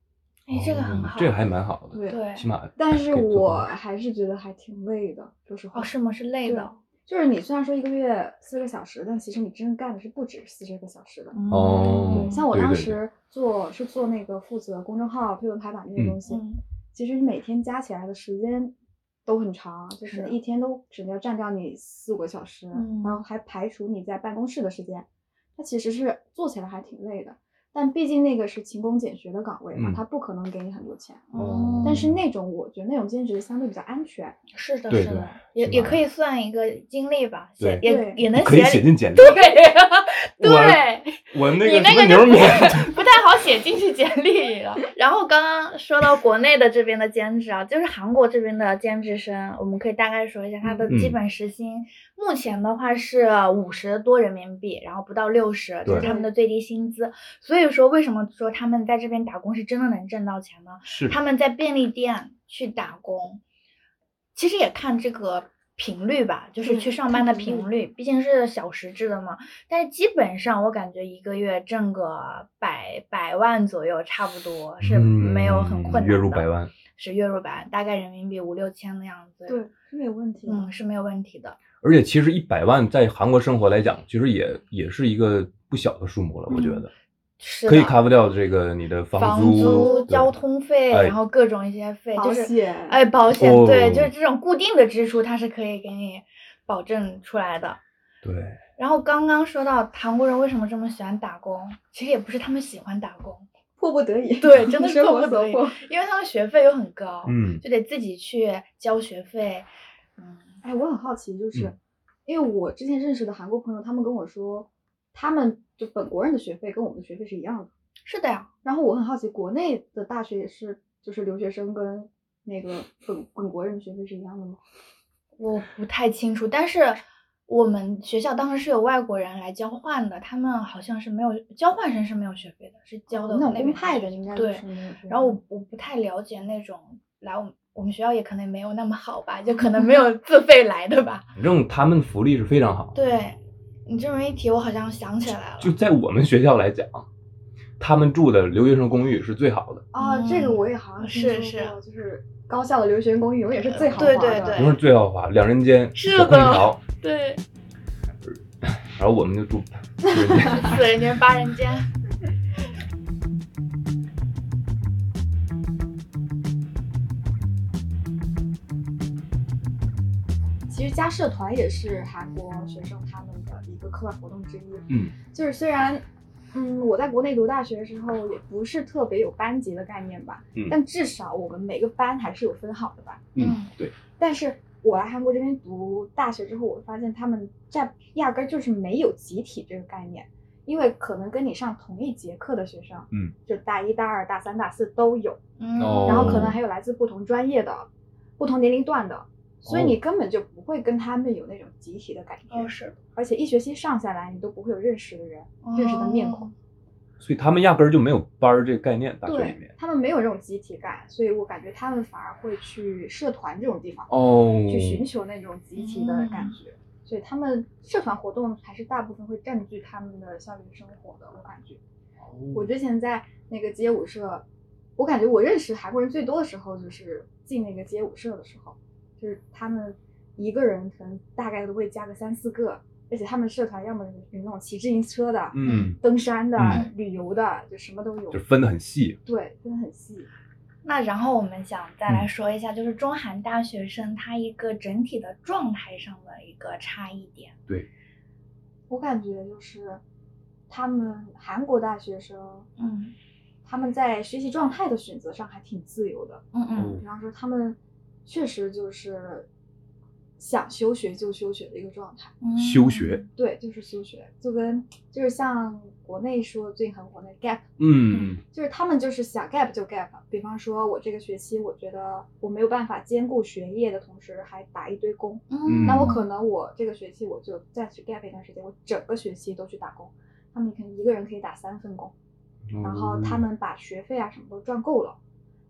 B: 哎，这个很好。
A: 哦这个还蛮好的，
C: 对
B: 对。
A: 起码。
C: 但是我还是觉得还挺累的，说实话。
B: 哦，是吗？是累
C: 对
B: 的。
C: 就是你虽然说一个月四个小时，但其实你真正干的是不止四十个小时的。
B: 嗯
A: 哦
C: 对，像我
A: 对
C: 当
A: 对对
C: 时做是做那个负责公众号推文排版这些
A: 嗯
C: 东西，
B: 嗯
C: 其实你每天加起来的时间都很长，就是
B: 是
C: 一天都只能占掉你四五个小时，
B: 嗯
C: 然后还排除你在办公室的时间，它其实是做起来还挺累的。但毕竟那个是勤工俭学的岗位嘛，
A: 嗯
C: 它不可能给你很多钱。
B: 嗯
A: 哦
C: 但是那种我觉得那种兼职相对比较安全，
B: 是的，
A: 对
B: 是
A: 对
B: 的，也
A: 起
B: 也
A: 码
B: 可以算一个经历吧，写
A: 对
B: 也
C: 对
B: 也能
A: 可以写
B: 写。
A: 进简历。
B: 对对，
A: 我那
B: 你
A: 个
B: 那
A: 什么
B: 个
A: 牛
B: 就
A: 肉面，
B: 不不太好写进去简历了。然后刚刚说到国内的这边的兼职啊，就是韩国这边的兼职生，我们可以大概说一下他的基
A: 嗯
B: 本时薪。目前的话是五十多人民币，然后不到六十，这是
A: 对
B: 他们的最低薪资。所以说，为什么说他们在这边打工是真的能挣到钱呢？
A: (laughs) 是
B: 他们在便利店去打工，其实也看这个频率吧，就是
C: 嗯
B: 去上
C: 看
B: 班的
C: 频率
B: 频率，毕竟是小时制的嘛。但是基本上我感觉一个月挣个百百万左右，差不多是没有很困难
A: 嗯
B: 的，
A: 月入百万。
B: 是月入百万，大概人民币五六千的样子。，
C: 对，是没有问题的。
B: 嗯，是没有问题的。
A: 而且其实一百万在韩国生活来讲，其实也也是一个不小的数目了，我觉
B: 嗯
A: 得
B: 是
A: 可以
B: 的
A: cover 掉这个你的
B: 房
A: 租、对
B: 交通费，
A: 哎
B: 然后各种一些费，
C: 保
B: 就是
C: 险
B: 哎，保险，对，就
A: 哦
B: 是这种固定的支出，它是可以给你保证出来的。
A: 对，
B: 然后刚刚说到韩国人为什么这么喜欢打工，其实也不是他们喜欢打
C: (laughs)
B: 工，
C: 迫不得已，
B: 对真的是
C: 生
B: 迫
C: 活
B: 不得
C: 所
B: 已
C: 迫。
B: 因为他们学费又很高，
A: 嗯
B: 就得自己去交学费。嗯，
C: 哎，我很好奇，就是、
A: 嗯
C: 因为我之前认识的韩国朋友，他们跟我说，他们就本国人的学费跟我们的学费是一样的。
B: 是的呀，
C: 然后我很好奇，国内的大学也是，就是留学生跟那个本本国人的学费是一样的吗？
B: 我不太清楚，但是我们学校当时是有外国人来交换的，他们好像是没有交换生是没有学费的，是交的
C: 哦那种
B: 那
C: 公
B: 边
C: 派的
B: 学
C: 应该
B: 对
C: 是。嗯没有这
B: 然后
C: 样
B: 我我不太了解那种来我们我们学校也可能没有那么好吧，就可能没有 (laughs) 自费来的吧。
A: 反正他们福利是非常好。
B: 对你这么一提，我好像想起来了。
A: 就在我们学校来讲，他们住的留学生公寓是最好的，
C: 啊，这个
B: 嗯
C: 我也好像听
B: 是
C: 说
B: 是
C: 过就是高校的留学公寓永远是最豪华
B: 对
C: 的。
B: 对对
A: 不是最豪华，两人间
B: 是
A: 有空
B: 的
A: 调，
B: 对，
A: 然后我们就住 (laughs) 四人间。
B: 四人间、八人间。
C: 其实家社团也是韩国学生他们的一个课外活动之一。
A: 嗯，
C: 就是虽然，嗯，我在国内读大学的时候也不是特别有班级的概念吧，
A: 嗯
C: 但至少我们每个班还是有分好的吧。
A: 嗯，对，
C: 但是我来韩国这边读大学之后，我发现他们在压根儿就是没有集体这个概念，因为可能跟你上同一节课的学生，
A: 嗯，
C: 就大一、大二、大三、大四都有，
B: 嗯，
A: 哦
C: 然后可能还有来自不同专业的、不同年龄段的，所以
A: 哦
C: 你根本就不会跟他们有那种集体的感觉，
B: 哦是，哦
C: 而且一学期上下来，你都不会有认识的人，认识的面孔。
A: 所以他们压根儿就没有班儿这个概哦念，大学里
C: 对哦
A: 面。
C: 他们没有这种集体感，所以我感觉他们反而会去社团这种地方，
A: 哦，
C: 去寻求那种集体的感觉。所以他们社团活动还是大部分会占据他们的校园生活的，我感觉。
A: 哦
C: 我之前在那个街舞社，我感觉我认识韩国人最多的时候就是进那个街舞社的时候，就是他们一个人可能大概都会加个三四个，而且他们社团要么有那种骑自行车的、
A: 嗯，
C: 登山的、
A: 嗯
C: 旅游的，就什么都有
A: 就。分得很细。
C: 对，真的很细。
B: 那然后我们想再
A: 嗯
B: 来说一下，就是中韩大学生他一个整体的状态上的一个差异点。
C: 我感觉就是他们韩国大学生，
B: 嗯
C: 他们在学习状态的选择上还挺自由的。
B: 嗯嗯，
A: 哦
C: 比方说，他们确实就是想休学就休学的一个状态。
B: 嗯
A: 休学。
C: 对，就是休学，就跟就是像国内说最近很火的 gap，
A: 嗯，
C: 就是他们就是想 gap 就 gap。比方说，我这个学期我觉得我没有办法兼顾学业的同时，还打一堆工，
B: 嗯，
C: 那我可能我这个学期我就暂时 gap 一段时间，我整个学期都去打工。他们可能一个人可以打三份工，嗯然后
A: 嗯
C: 他们把学费啊什么都赚够了，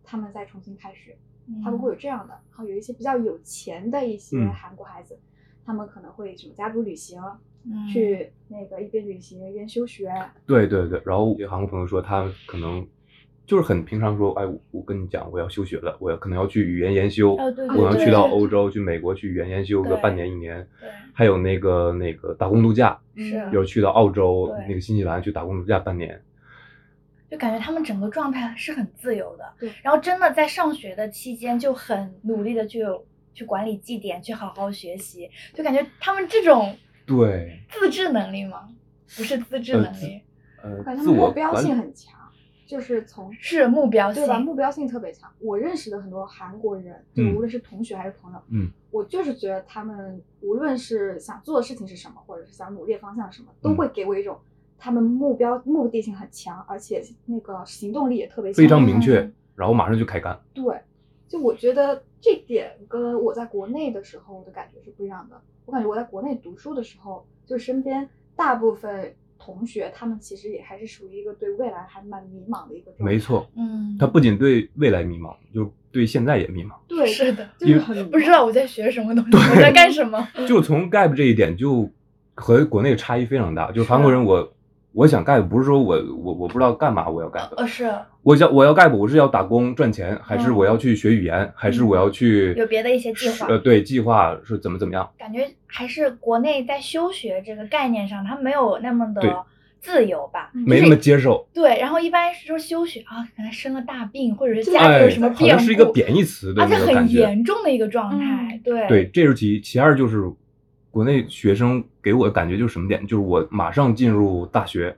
C: 他们再重新开学。他们会有这样的。然后有一些比较有钱的一些
A: 嗯
C: 韩国孩子，他们可能会什么家族旅行，
B: 嗯
C: 去那个一边旅行一边休学。
A: 对对对，然后有韩国朋友说他可能就是很平常说，哎，我我跟你讲，我要休学了，我要可能要去语言研修，
B: 哦对对
A: 我要
B: 对
A: 去到
B: 对
A: 欧洲、去美国去语言研修个
B: 对
A: 半年一年，
B: 对
A: 还有那个那个打工度假，
B: 是
C: 嗯
A: 有去到澳洲
B: 对
A: 那个新西兰去打工度假半年。
B: 就感觉他们整个状态是很自由的。
C: 对
B: 然后真的在上学的期间就很努力的去去管理绩点，去好好学习，就感觉他们这种
A: 对，
B: 自制能力吗？不是自制
A: 呃
B: 能
A: 自
B: 力，
A: 呃
C: 我，感觉
A: 自
C: 他们
A: 我
C: 目标
A: 管
C: 性
A: 理
C: 很强，就是从
B: 是目标性
C: 对。吧？目标性特别强。我认识的很多韩国人，就
A: 嗯
C: 无论是同学还是朋友，
A: 嗯，
C: 我就是觉得他们无论是想做的事情是什么，或者是想努力的方向是什么，都
A: 嗯
C: 会给我一种他们目标目的性很强，而且那个行动力也特别强，
A: 非常明确
B: 嗯，
A: 然后马上就开干。
C: 对，就我觉得这点跟我在国内的时候的感觉是不一样的。我感觉我在国内读书的时候，就身边大部分同学，他们其实也还是属于一个对未来还蛮迷茫的一个状态。
A: 没，错，
B: 嗯，
A: 他不仅对未来迷茫，就对现在也迷茫。
C: 对，
B: 是的，
C: 就是很迷茫
B: 不知道我在学什么东西，我在干什么。
A: 就从 gap 这一点就和国内差异非常大。就是韩国人我，我想 gap 不是说我我我不知道干嘛我要 gap，、
B: (laughs) 呃，是
A: 我想我要 gap 我是要打工赚钱，还是
B: 嗯
A: 我要去学语言，还是我要去
B: 有别的一些计划
A: 呃，对，计划是怎么怎么样？
B: 感觉还是国内在休学这个概念上，他没有那么
A: 对
B: 的自由吧。
C: 嗯
A: 没那么接受，
B: 对，然后一般是说休学啊，可能生了大病，或者是家里
A: 哎
B: 有什么，
A: 好
B: 变
A: 像
B: 故，
A: 是一个贬义词的
B: 而且
A: 那个
B: 很
A: 感觉。
B: 严重的一个状态。
C: 嗯
B: 对
A: 对，这是其一，其二就是国内学生给我的感觉就是什么点，就是我马上进入大学，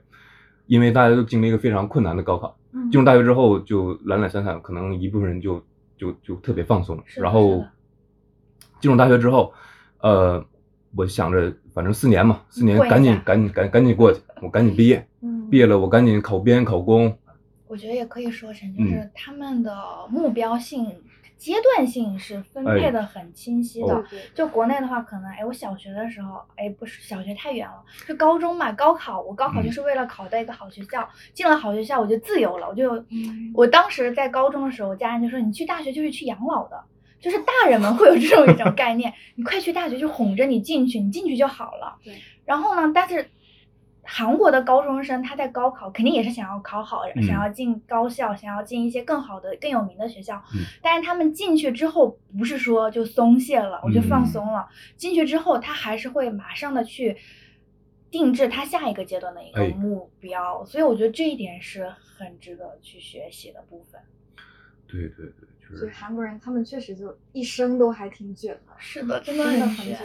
A: 因为大家都经历一个非常困难的高考，
C: 嗯
A: 进入大学之后就懒懒散散，可能一部分人就就就特别放松了。
B: 是的
A: 然后
B: 是的
A: 进入大学之后，呃，我想着反正四年嘛，四年
B: 过一
A: 赶紧
B: 下
A: 赶紧赶赶紧过去，我赶紧毕业，
C: 嗯
A: 毕业了我赶紧考编考公，
B: 我觉得也可以说成，
A: 嗯
B: 就是他们的目标性、阶段性是分配的很清晰的。
A: 哎哦
C: 对对
B: 就国内的话，可能哎，我小学的时候，哎，不是小学太远了，就高中嘛，高考，我高考
A: 嗯
B: 就是为了考到一个好学校，进了好学校我就自由了，我就，
C: 嗯
B: 我当时在高中的时候，我家人就说你去大学就是去养老的，就是大人们会有这种一种概念，你快去大学就哄着你进去，你进去就好了。
C: 对。
B: 然后呢，但是韩国的高中生他在高考肯定也是想要考好，
A: 嗯
B: 想要进高校，想要进一些更好的、更有名的学校。
A: 嗯
B: 但是他们进去之后，不是说就松懈了，我就放
A: 嗯
B: 松了。进去之后，他还是会马上的去定制他下一个阶段的一个
A: 哎
B: 目标，所以我觉得这一点是很值得去学习的部分。
A: 对对对，就
C: 所
A: 是
C: 以韩国人他们确实就一生都还挺卷的，
B: 是的，真
C: 真的很卷。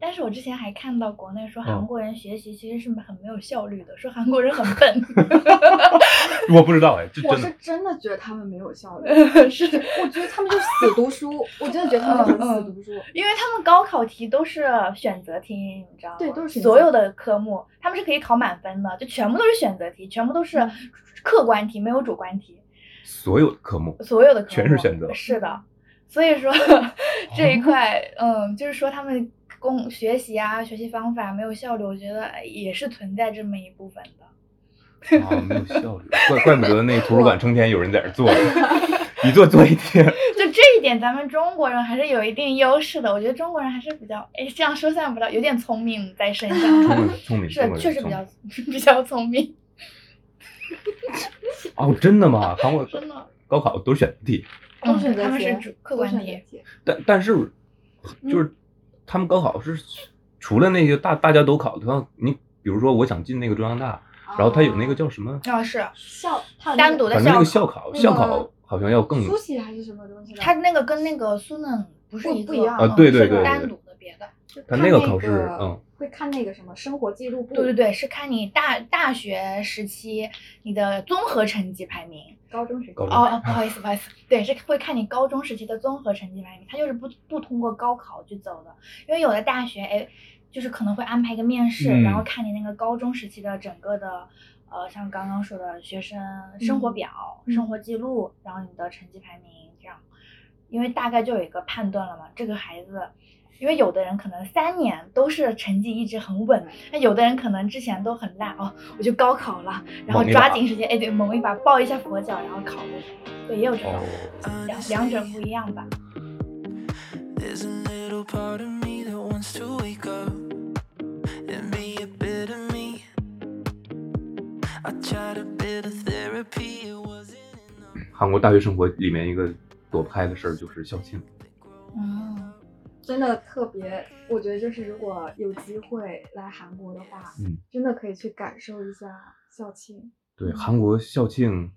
B: 但是我之前还看到国内说
A: 哦
B: 韩国人学习其实是很没有效率的，说韩国人很笨。
A: (laughs)
B: (laughs)
A: 我不知道哎，这
C: 我
A: 真
C: 是
A: 的
C: 真的觉得他们没有效 (laughs) 率，
B: 是
C: 我觉得他们就死读书，我真的觉得他们
B: 嗯
C: 就是死读书。
B: 因为他们高考题都是选择题，你知道吗？
C: 对都是选择
B: 所有的科目，他们是可以考满分的，就全部都是选择题，全部都是
C: 嗯
B: 客观题，没有主观题，
A: 所有的科目
B: 所有的科目
A: 全是选择哦
B: 是的，所以说 (laughs) 这一块，嗯，就是说他们工学习啊，学习方法没有效率，我觉得哎也是存在这么一部分的。 (laughs)
A: 啊没有效率，怪怪不得那图书馆成天有人在那儿坐着，
B: (laughs)
A: 一坐坐一天。
B: 就这一点，咱们中国人还是有一定优势的。我觉得中国人还是比较，哎，这样说算不到，有点聪明在身
A: 中国
B: 上。
A: 人聪明，
B: 是
A: 中国，人
B: 确实
A: 聪
B: 比
A: 明
B: 较 (laughs) 比较聪明，
A: 哦，真的吗？韩国
B: 真的。
A: 高考都是选择题，
C: 都
B: 嗯
C: 选择
B: 他们
C: 题
B: 是主客
C: 都
B: 观
C: 选择啊
B: 题，
C: 题，
A: 但但是
B: 嗯
A: 就是他们高考是除了那个大大家都考，像你比如说我想进那个中央大，然后他有那个
C: 啊
A: 叫什么，
B: 啊、是
C: 校，他有那
B: 单
C: 个
B: 独的
A: 反正那个
B: 校
A: 校
B: 嗯
A: 考，
C: 那
A: 校
C: 个
A: 考好像要更
C: 苏西还是什么东西的，
B: 他那个跟那个苏嫩不是
C: 不
B: 一
C: 不
B: 个
C: 一样
A: 啊对对
B: 是
A: 对
B: 单
A: 对
B: 独的别的，
C: 就
A: 他
C: 看
A: 那
C: 那
A: 个考试嗯，
C: 会看那个什么生活记录簿，
B: 对对，对，是看你大大学时期你的综合成绩排名，
C: 高中时期
A: 高中
B: 哦哦，不好意思，不好意思， (laughs) 对，是会看你高中时期的综合成绩排名，它就是不不通过高考去走的，因为有的大学哎，就是可能会安排一个面试，然后
A: 嗯
B: 看你那个高中时期的整个的，呃，像刚刚说的学生生活
C: 嗯
B: 表、
C: 嗯
B: 生活记录，然后你的成绩排名这样，因为大概就有一个判断了嘛，这个孩子。因为有的人可能三年都是成绩一直很稳，那有的人可能之前都很烂哦，我就高考了，然后
A: 猛一把
B: 抓紧时间，哎，对，猛一把抱一下佛脚，然后考过去，对，也有这种
A: 哦，
B: 两两者不一样吧。
D: There's a little part of me that wants to wake up and be a bit of me. I tried a bit of therapy, it wasn't enough.
A: 韩国大学生活里面一个躲不开的事儿就是校庆，
B: 嗯，
C: 真的特别，我觉得就是如果有机会来韩国的话，
A: 嗯，
C: 真的可以去感受一下校庆，
A: 对，韩国校庆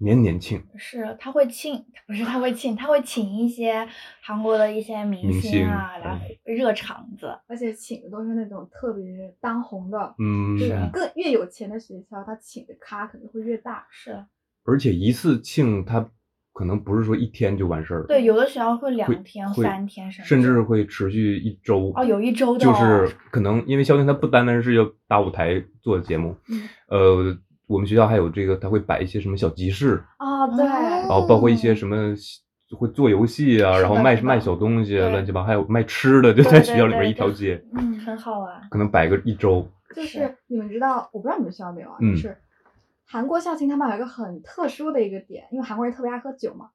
A: 年年庆，
B: 是他会请，不是他会请，他会请一些韩国的一些明
A: 明
B: 星啊
A: 星嗯
B: 来热场子。
C: 而且请的都是那种特别当红的，
A: 嗯
C: 就，
B: 是啊
C: 更越有钱的学校，他请的咖肯定会越大。
B: 是
A: 而且一次庆它可能不是说一天就完事儿，
B: 对，有的学校会
A: 会
B: 两天、
A: 会
B: 三天甚至
A: 甚至会持续一周
B: 哦，有一周的
A: 就
B: 哦、
A: 是可能因为校庆，它不单单是要搭舞台做节目，
C: 嗯
A: 呃，我们学校还有这个，它会摆一些什么小集市，
C: 啊，
B: 嗯
C: 对，
A: 然后包括一些什么会做游戏啊，
B: 是的
A: 然后卖
B: 是的
A: 卖小东西啊，
B: 对
A: 乱七八糟，还有卖吃的，就
B: 对
A: 在
B: 对
A: 学校里
B: 对
A: 面一
B: 对
A: 条街，
C: 嗯，
B: 很好玩。
A: 可能摆个一周。
C: 就是
B: 是
C: 你们知道，我不知道你们学校没有啊，
A: 嗯
C: 就是韩国校庆他们有一个很特殊的一个点，因为韩国人特别爱喝酒嘛，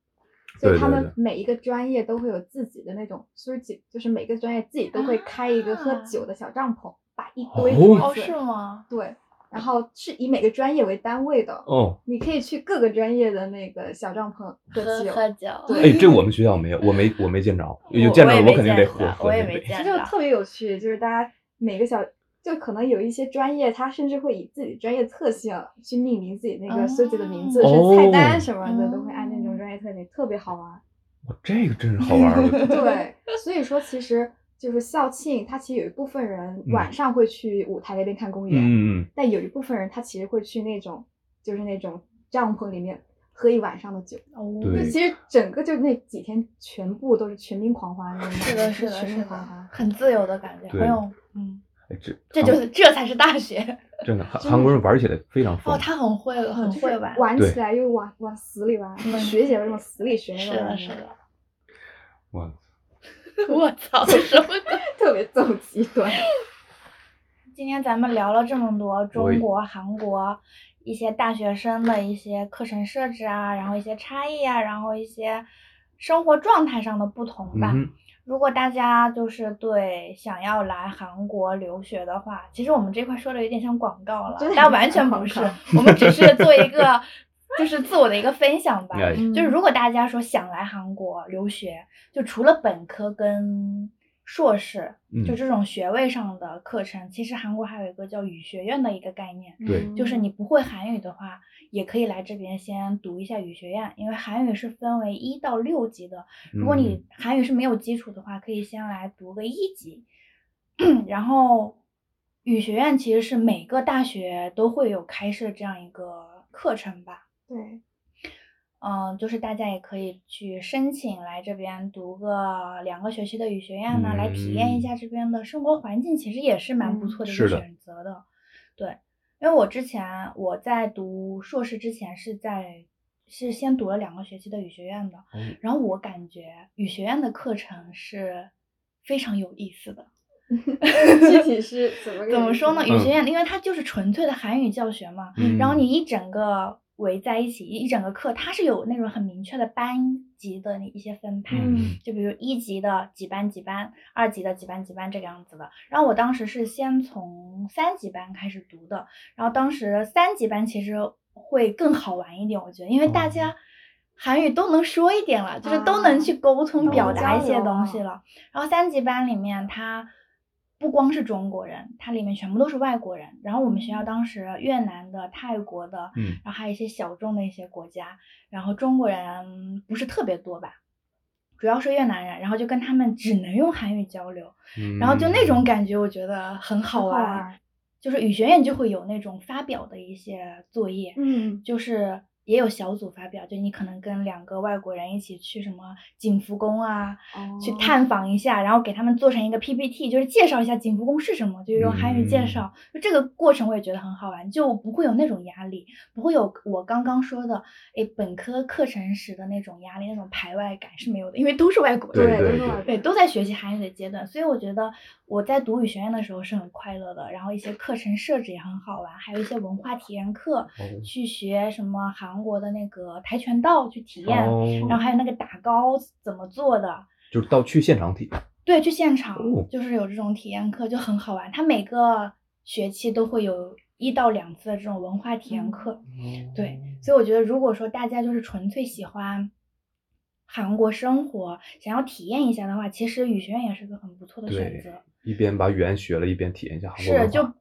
C: 所
A: 对
C: 以他
A: 对
C: 们每一个专业都会有自己的那种苏酒，就是每个专业自己都会开一个喝
B: 啊
C: 酒的小帐篷，摆一堆
A: 哦
B: 哦，
C: 桌
B: 是
C: 子，
B: 吗？
C: 对，然后是以每个专业为单位的，
A: 哦，
C: 你可以去各个专业的那个小帐篷喝
B: 喝
C: 酒。
B: 喝酒，
C: 对
A: 哎，这我们学校没有，我没我没见着，有
B: 我
A: 见着
B: 我也
A: 了我
B: 没
A: 肯定
B: 见
A: 得
B: 着
A: 喝喝
B: 我
A: 那
B: 也没
A: 杯。
B: 见
C: 其实
B: 到
C: 特别有趣，就是大家每个小，就可能有一些专业，它甚至会以自己专业特性去命名自己那个设计的名字，
A: 哦
C: 是菜单什么的，都会按那
B: 哦
C: 种专业特性，特别好玩。
A: 啊
B: (laughs) 哦
A: 哇这个真是好玩儿，我觉得
C: 对，所以说其实就是校庆，它其实有一部分人
A: 嗯
C: 晚上会去舞台那边看公园，
A: 嗯嗯
C: 但有一部分人他其实会去那种就是那种帐篷里面喝一晚上的酒。
B: 哦
A: 对
C: 就其实整个就那几天全部都是全民狂欢，你知道吗
B: 是的，是啊的，
C: 全
B: 是
C: 民狂
B: 的
C: 欢，。
B: 很自由的感觉，
A: 对
B: 很有，嗯，
A: 哎，这
B: 这就是这才是大学。
A: 真的，韩
C: 真的
A: 韩国人玩起来非常疯
B: 哦，。他很会，很
C: 就是
B: 会玩，
C: 玩
A: 对
C: 起来又往往死里玩，
B: 嗯
C: 学姐们往死里学那
B: 是
C: 种
B: 的，
C: 玩
B: 是
C: 法，
B: 的。
A: 哇，
B: (laughs) 我操，什么鬼？
C: 特别走极
A: (laughs)
C: 端。
B: 今天咱们聊了这么多中国、韩国一些大学生的一些课程设置啊，然后一些差异啊，然后一些生活状态上的不同
A: 嗯
B: 吧。
A: 哼，
B: 如果大家就是对想要来韩国留学的话，其实我们这块说的有点像广告了
C: 真的，
B: 但
C: 很
B: 完
C: 像
B: 全
C: 广
B: 不是
C: 告，
B: 我们只是做一个就是自我的一个分享吧。嗯
A: 哎
B: 就是如果大家说想来韩国留学，就除了本科跟硕士，
A: 嗯
B: 就这种学位上的课程，其实韩国还有一个叫语学院的一个概念。
A: 对
C: 嗯
B: 就是你不会韩语的话，也可以来这边先读一下语学院，因为韩语是分为一到六级的。如
A: 嗯
B: 果你韩语是没有基础的话，可以先来读个一级，然后语学院其实是每个大学都会有开设这样一个课程吧。 (laughs)
C: 对，
B: 嗯，就是大家也可以去申请来这边读个两个学期的语学院呢，来体验一下这边的生活环境，其实也是蛮不
C: 嗯
B: 错的
A: 嗯
B: 一
A: 是
B: 个
A: 的
B: 选择的。对，因为我之前我在读硕士之前是在是先读了两个学期的语学院的，
A: 嗯
B: 然后我感觉语学院的课程是非常有意思的。
C: 具体是 (laughs) 怎么个
B: 怎么
C: 人
B: 说呢？
C: 生
B: 语学院，因为它就是纯粹的韩语教学嘛，
A: 嗯
B: 然后你一整个围在一起，一整个课，它是有那种很明确的班级的一些分派，
A: 嗯
B: 就比如一级的几班几班，二级的几班几班这个样子的。然后我当时是先从三级班开始读的，然后当时三级班其实会更好玩一点，我觉得，因为大
A: 哦
B: 家韩语都能说一点了，就是都能去
C: 啊
B: 沟通
C: 能
B: 表达
C: 交
B: 一些
C: 流
B: 东
C: 啊
B: 西了。然后三级班里面，它不光是中国人，它里面全部都是外国人。然后我们学校
C: 嗯
B: 当时越南的、泰国的，
A: 嗯
B: 然后还有一些小众的一些国家，然后中国人不是特别多吧，主要是越南人，然后就跟他们只能用韩语交流，
A: 嗯
B: 然后就那种感觉，我觉得很好
C: 好
B: 玩。
C: 玩
B: 就是语学院就会有那种发表的一些作业，
C: 嗯，
B: 就是也有小组发表，就你可能跟两个外国人一起去什么景福宫啊，去
C: 哦
B: 探访一下，然后给他们做成一个 PPT，就是介绍一下景福宫是什么，就是用韩语介
A: 嗯
B: 绍。就这个过程我也觉得很好玩，就不会有那种压力，不会有我刚刚说的，哎，本科课程时的那种压力，那种排外感是没有的，因为都是外国人。
A: 对对
C: 对都是
A: 对
B: 对，都在学习韩语的阶段，所以我觉得我在读语学院的时候是很快乐的。然后一些课程设置也很好玩，还有一些文化体验课，
A: 哦
B: 去学什么韩国的那个跆拳道去体验，
A: 哦，
B: 然后还有那个打高怎么做的。
A: 就是到去现场体，
B: 对，去现场
A: 哦
B: 就是有这种体验课，就很好玩。它每个学期都会有一到两次的这种文化体验
C: 嗯
B: 课，对，所以我觉得，如果说大家就是纯粹喜欢韩国生活，想要体验一下的话，其实语学院也是个很不错的选
A: 对
B: 择。，
A: 一边把语言学了，一边体验一下韩国文
B: 是，
A: 化
B: 就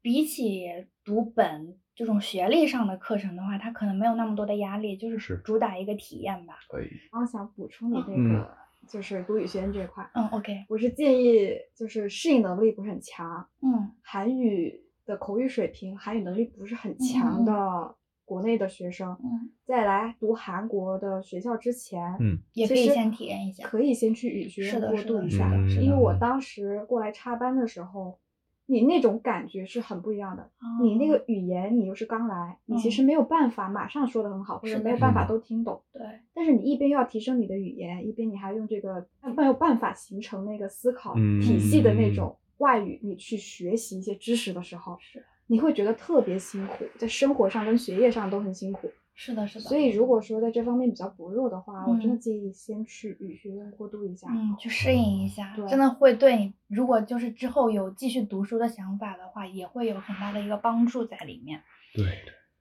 B: 比起读本这种学历上的课程的话，它可能没有那么多的压力，就是
A: 是
B: 主打一个体验吧。
A: 可以，
C: 然后想补充你这
A: 嗯
C: 个就是读语学院这一块，
B: 嗯，OK，
C: 我是建议就是适应能力不是很强，
B: 嗯
C: 韩语的口语水平、韩语能力不是很强的国内的学生，
B: 嗯，
C: 在来读韩国的学校之前，
A: 嗯
B: 也
C: 其
B: 可以
C: 实
B: 先体验一下
C: 可以先去语学
B: 是
C: 院
B: 的
C: 过
B: 是
C: 渡
B: 的
C: 一
B: 是
C: 下
A: 的是
C: 因为
A: 的
C: 我当时过来插班的时候，你那种感觉是很不一样的。你那
B: 哦
C: 个语言，你又是刚来，你其
B: 嗯
C: 实没有办法马上说的很好，或
B: 是
C: 者
B: 的
C: 没有
B: 是
C: 办法
A: 的
C: 都听懂。
B: 对，
C: 但是你一边又要提升你的语言，一边你还用这个没有办法形成那个思考体系的那
A: 嗯
C: 种外语，你去学习一些知识的时候，
B: 是
C: 你会觉得特别辛苦，在生活上跟学业上都很辛苦。
B: 是的，是的。
C: 所以如果说在这方面比较薄弱的话，我真的
B: 嗯
C: 建议先去语学院过渡一下。
B: 嗯，去适应一下，
C: 对
B: 真的会对你，如果就是之后有继续读书的想法的话，也会有很大的一个帮助在里面。
A: 对，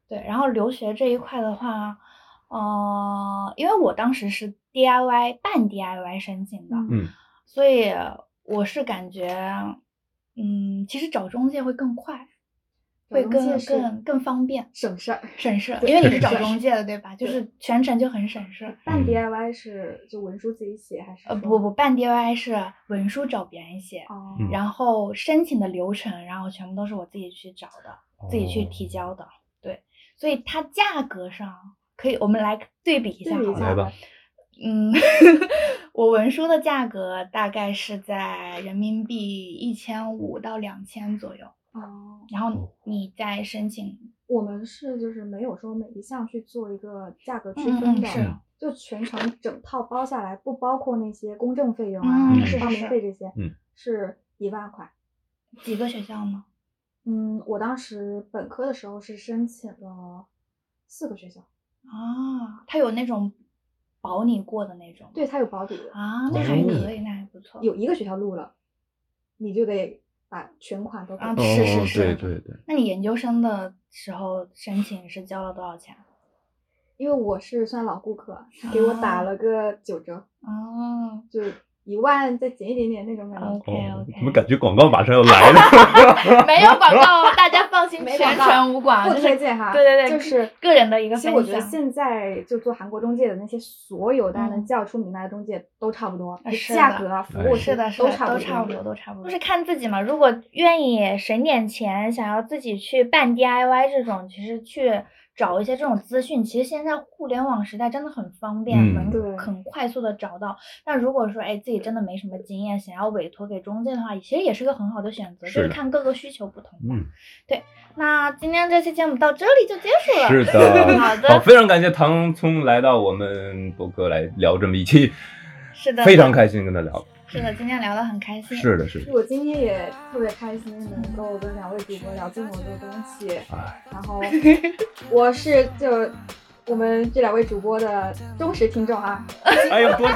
B: 对，然后留学这一块的话，呃，因为我当时是 DIY 半 DIY 申请的，
A: 嗯
B: 所以我是感觉，嗯，其实找中介会更快。会
C: 找中介
B: 更
C: 是
B: 更嗯更方便
C: (laughs) 省事儿。
B: 省事儿，
C: 对
B: 因为你是找
C: 省事儿
B: 中介的对吧？就是全程就很省事儿。
C: 办
A: 嗯
C: DIY 是就文书自己写还是？
B: 呃，不不，，办 DIY 是文书找别人写，
C: 哦，
A: 嗯
B: 然后申请的流程，然后全部都是我自己去找的，自己去
A: 哦
B: 提交的。对，所以它价格上可以，我们来对比一
C: 对
B: 下
C: 比
B: 好
C: 一
B: 了。
A: 来
C: 下
A: 吧，
B: 嗯， (laughs) 我文书的价格大概是在人民币一千五到两千左右，
C: 哦，
B: 然后你再申请，
C: 我们是就是没有说每一项去做一个价格区
B: 嗯嗯
C: 分
B: 嗯
C: 的，
B: 是
C: 就全程整套包下来，不包括那些公证费用
B: 嗯
C: 啊、
A: 是
C: 报
B: 是
C: 名费这些，
A: 嗯，
C: 是一万块。
B: 几个学校呢？
C: 嗯，我当时本科的时候是申请了四个学校，
B: 啊，它有那种保你过的那种。
C: 对，它有保底的，
B: 啊，那还
A: 哦
B: 可以，那还不错。
C: 有一个学校录了，你就得把全款都给
B: 啊
C: 他。
B: 是是
A: 哦
B: 是
A: 对对对，
B: 那你研究生的时候申请是交了多少钱？
C: 因为我是算老顾客，他给我打
B: 啊
C: 了个九折，
B: 哦
C: 就一万再减一点点那种感觉。
B: ，OK
A: 哦
B: OK，，哎
A: 怎么感觉广告马上要来
B: (laughs)
A: 了？ (laughs)
B: 没有广告，啊大家放心，
C: 没
B: 全
C: 广告
B: 程无广，
C: 不
B: 啊就是
C: 推荐哈，
B: 对对对，
C: 就是
B: 个人的一个
C: 其实
B: 分
C: 我
B: 享。
C: 觉得现在就做韩国中介的那些所有大家
B: 嗯
C: 能叫出名来的中介都差不多，
B: 啊
C: 就是
B: 的
C: 价格啊、服
A: 哎
C: 务
B: 是的，是
C: 都
B: 的，
C: 差
B: 都差
C: 差
B: 不多，
C: 多。
B: 都差不多，就是看自己嘛。如果愿意省点钱，想要自己去办 DIY 这种，其实去找一些这种资讯，其实现在互联网时代真的很方便，
A: 嗯
B: 能
C: 对
B: 很快速的找到。但如果说哎自己真的没什么经验，想要委托给中介的话，其实也是个很好的选择，
A: 是
B: 就是
A: 的
B: 看各个需求不同吧。
A: 嗯，
B: 那今天这期节目到这里就结束了。
A: 是的，
B: (laughs) 好的，
A: 非常感谢唐聪来到我们博客来聊这么一期，
B: 是的，
A: 非常开心跟他聊，
B: 是的，今天聊得很开心。
A: 是的，是的，
C: 我今天也特别开心，能够跟两位主播聊这么多东西。
A: 哎，
C: 然后我是就我们这两位主播的忠实听众啊，
A: 哎呦，多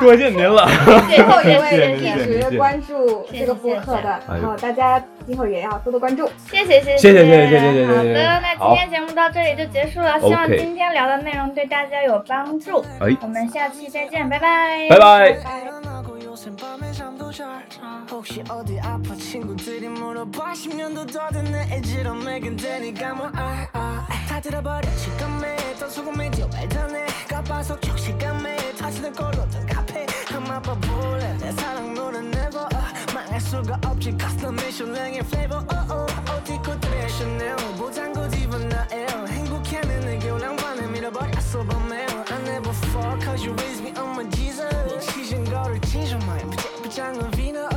A: 多谢您
B: (laughs)
A: 了，
C: 最后一
A: 谢
C: 位
A: 谢
C: 人
A: 谢谢
C: 一
A: 谢
C: 直
A: 谢
C: 关注
B: 谢
C: 这个
B: 谢
C: 播
B: 谢
C: 客
B: 谢
C: 的，
A: 哎
C: 然后大家今后也要多多关注。
B: 谢谢
A: 谢谢谢
B: 谢
A: 谢谢谢
B: 好
A: 谢谢
B: 的，那
A: 好
B: 今天节目到这里就结束了，希望
A: OK
B: 今天聊的内容对大家有帮助。
A: 哎，
B: 我们下期再见，拜拜。
A: 拜拜。
D: 일어나고 요새 밤에 잠도 잘자 혹시 어디 아파 친구들이 물어봐 10년도 더 된 내 애지럼에겐 되니까 뭐 아, 아. 다 들어버려 식감에 또 소금에 지어 말자네 까봐서 격식감에 다시는 걸로 전 카페 그마봐 볼래 내 사랑 노는 never 아, 망할 수가 없지 custom 미슐랭의 flavor oh oh 어디 꽃들의 샤넬 보장고 집은 나의 행복해 내 내교랑 반해 밀어버렸어 밤에 I never fall cause you raise me on my Jesus 내 치신 거를 찢어 마이 부장은 위너 uh.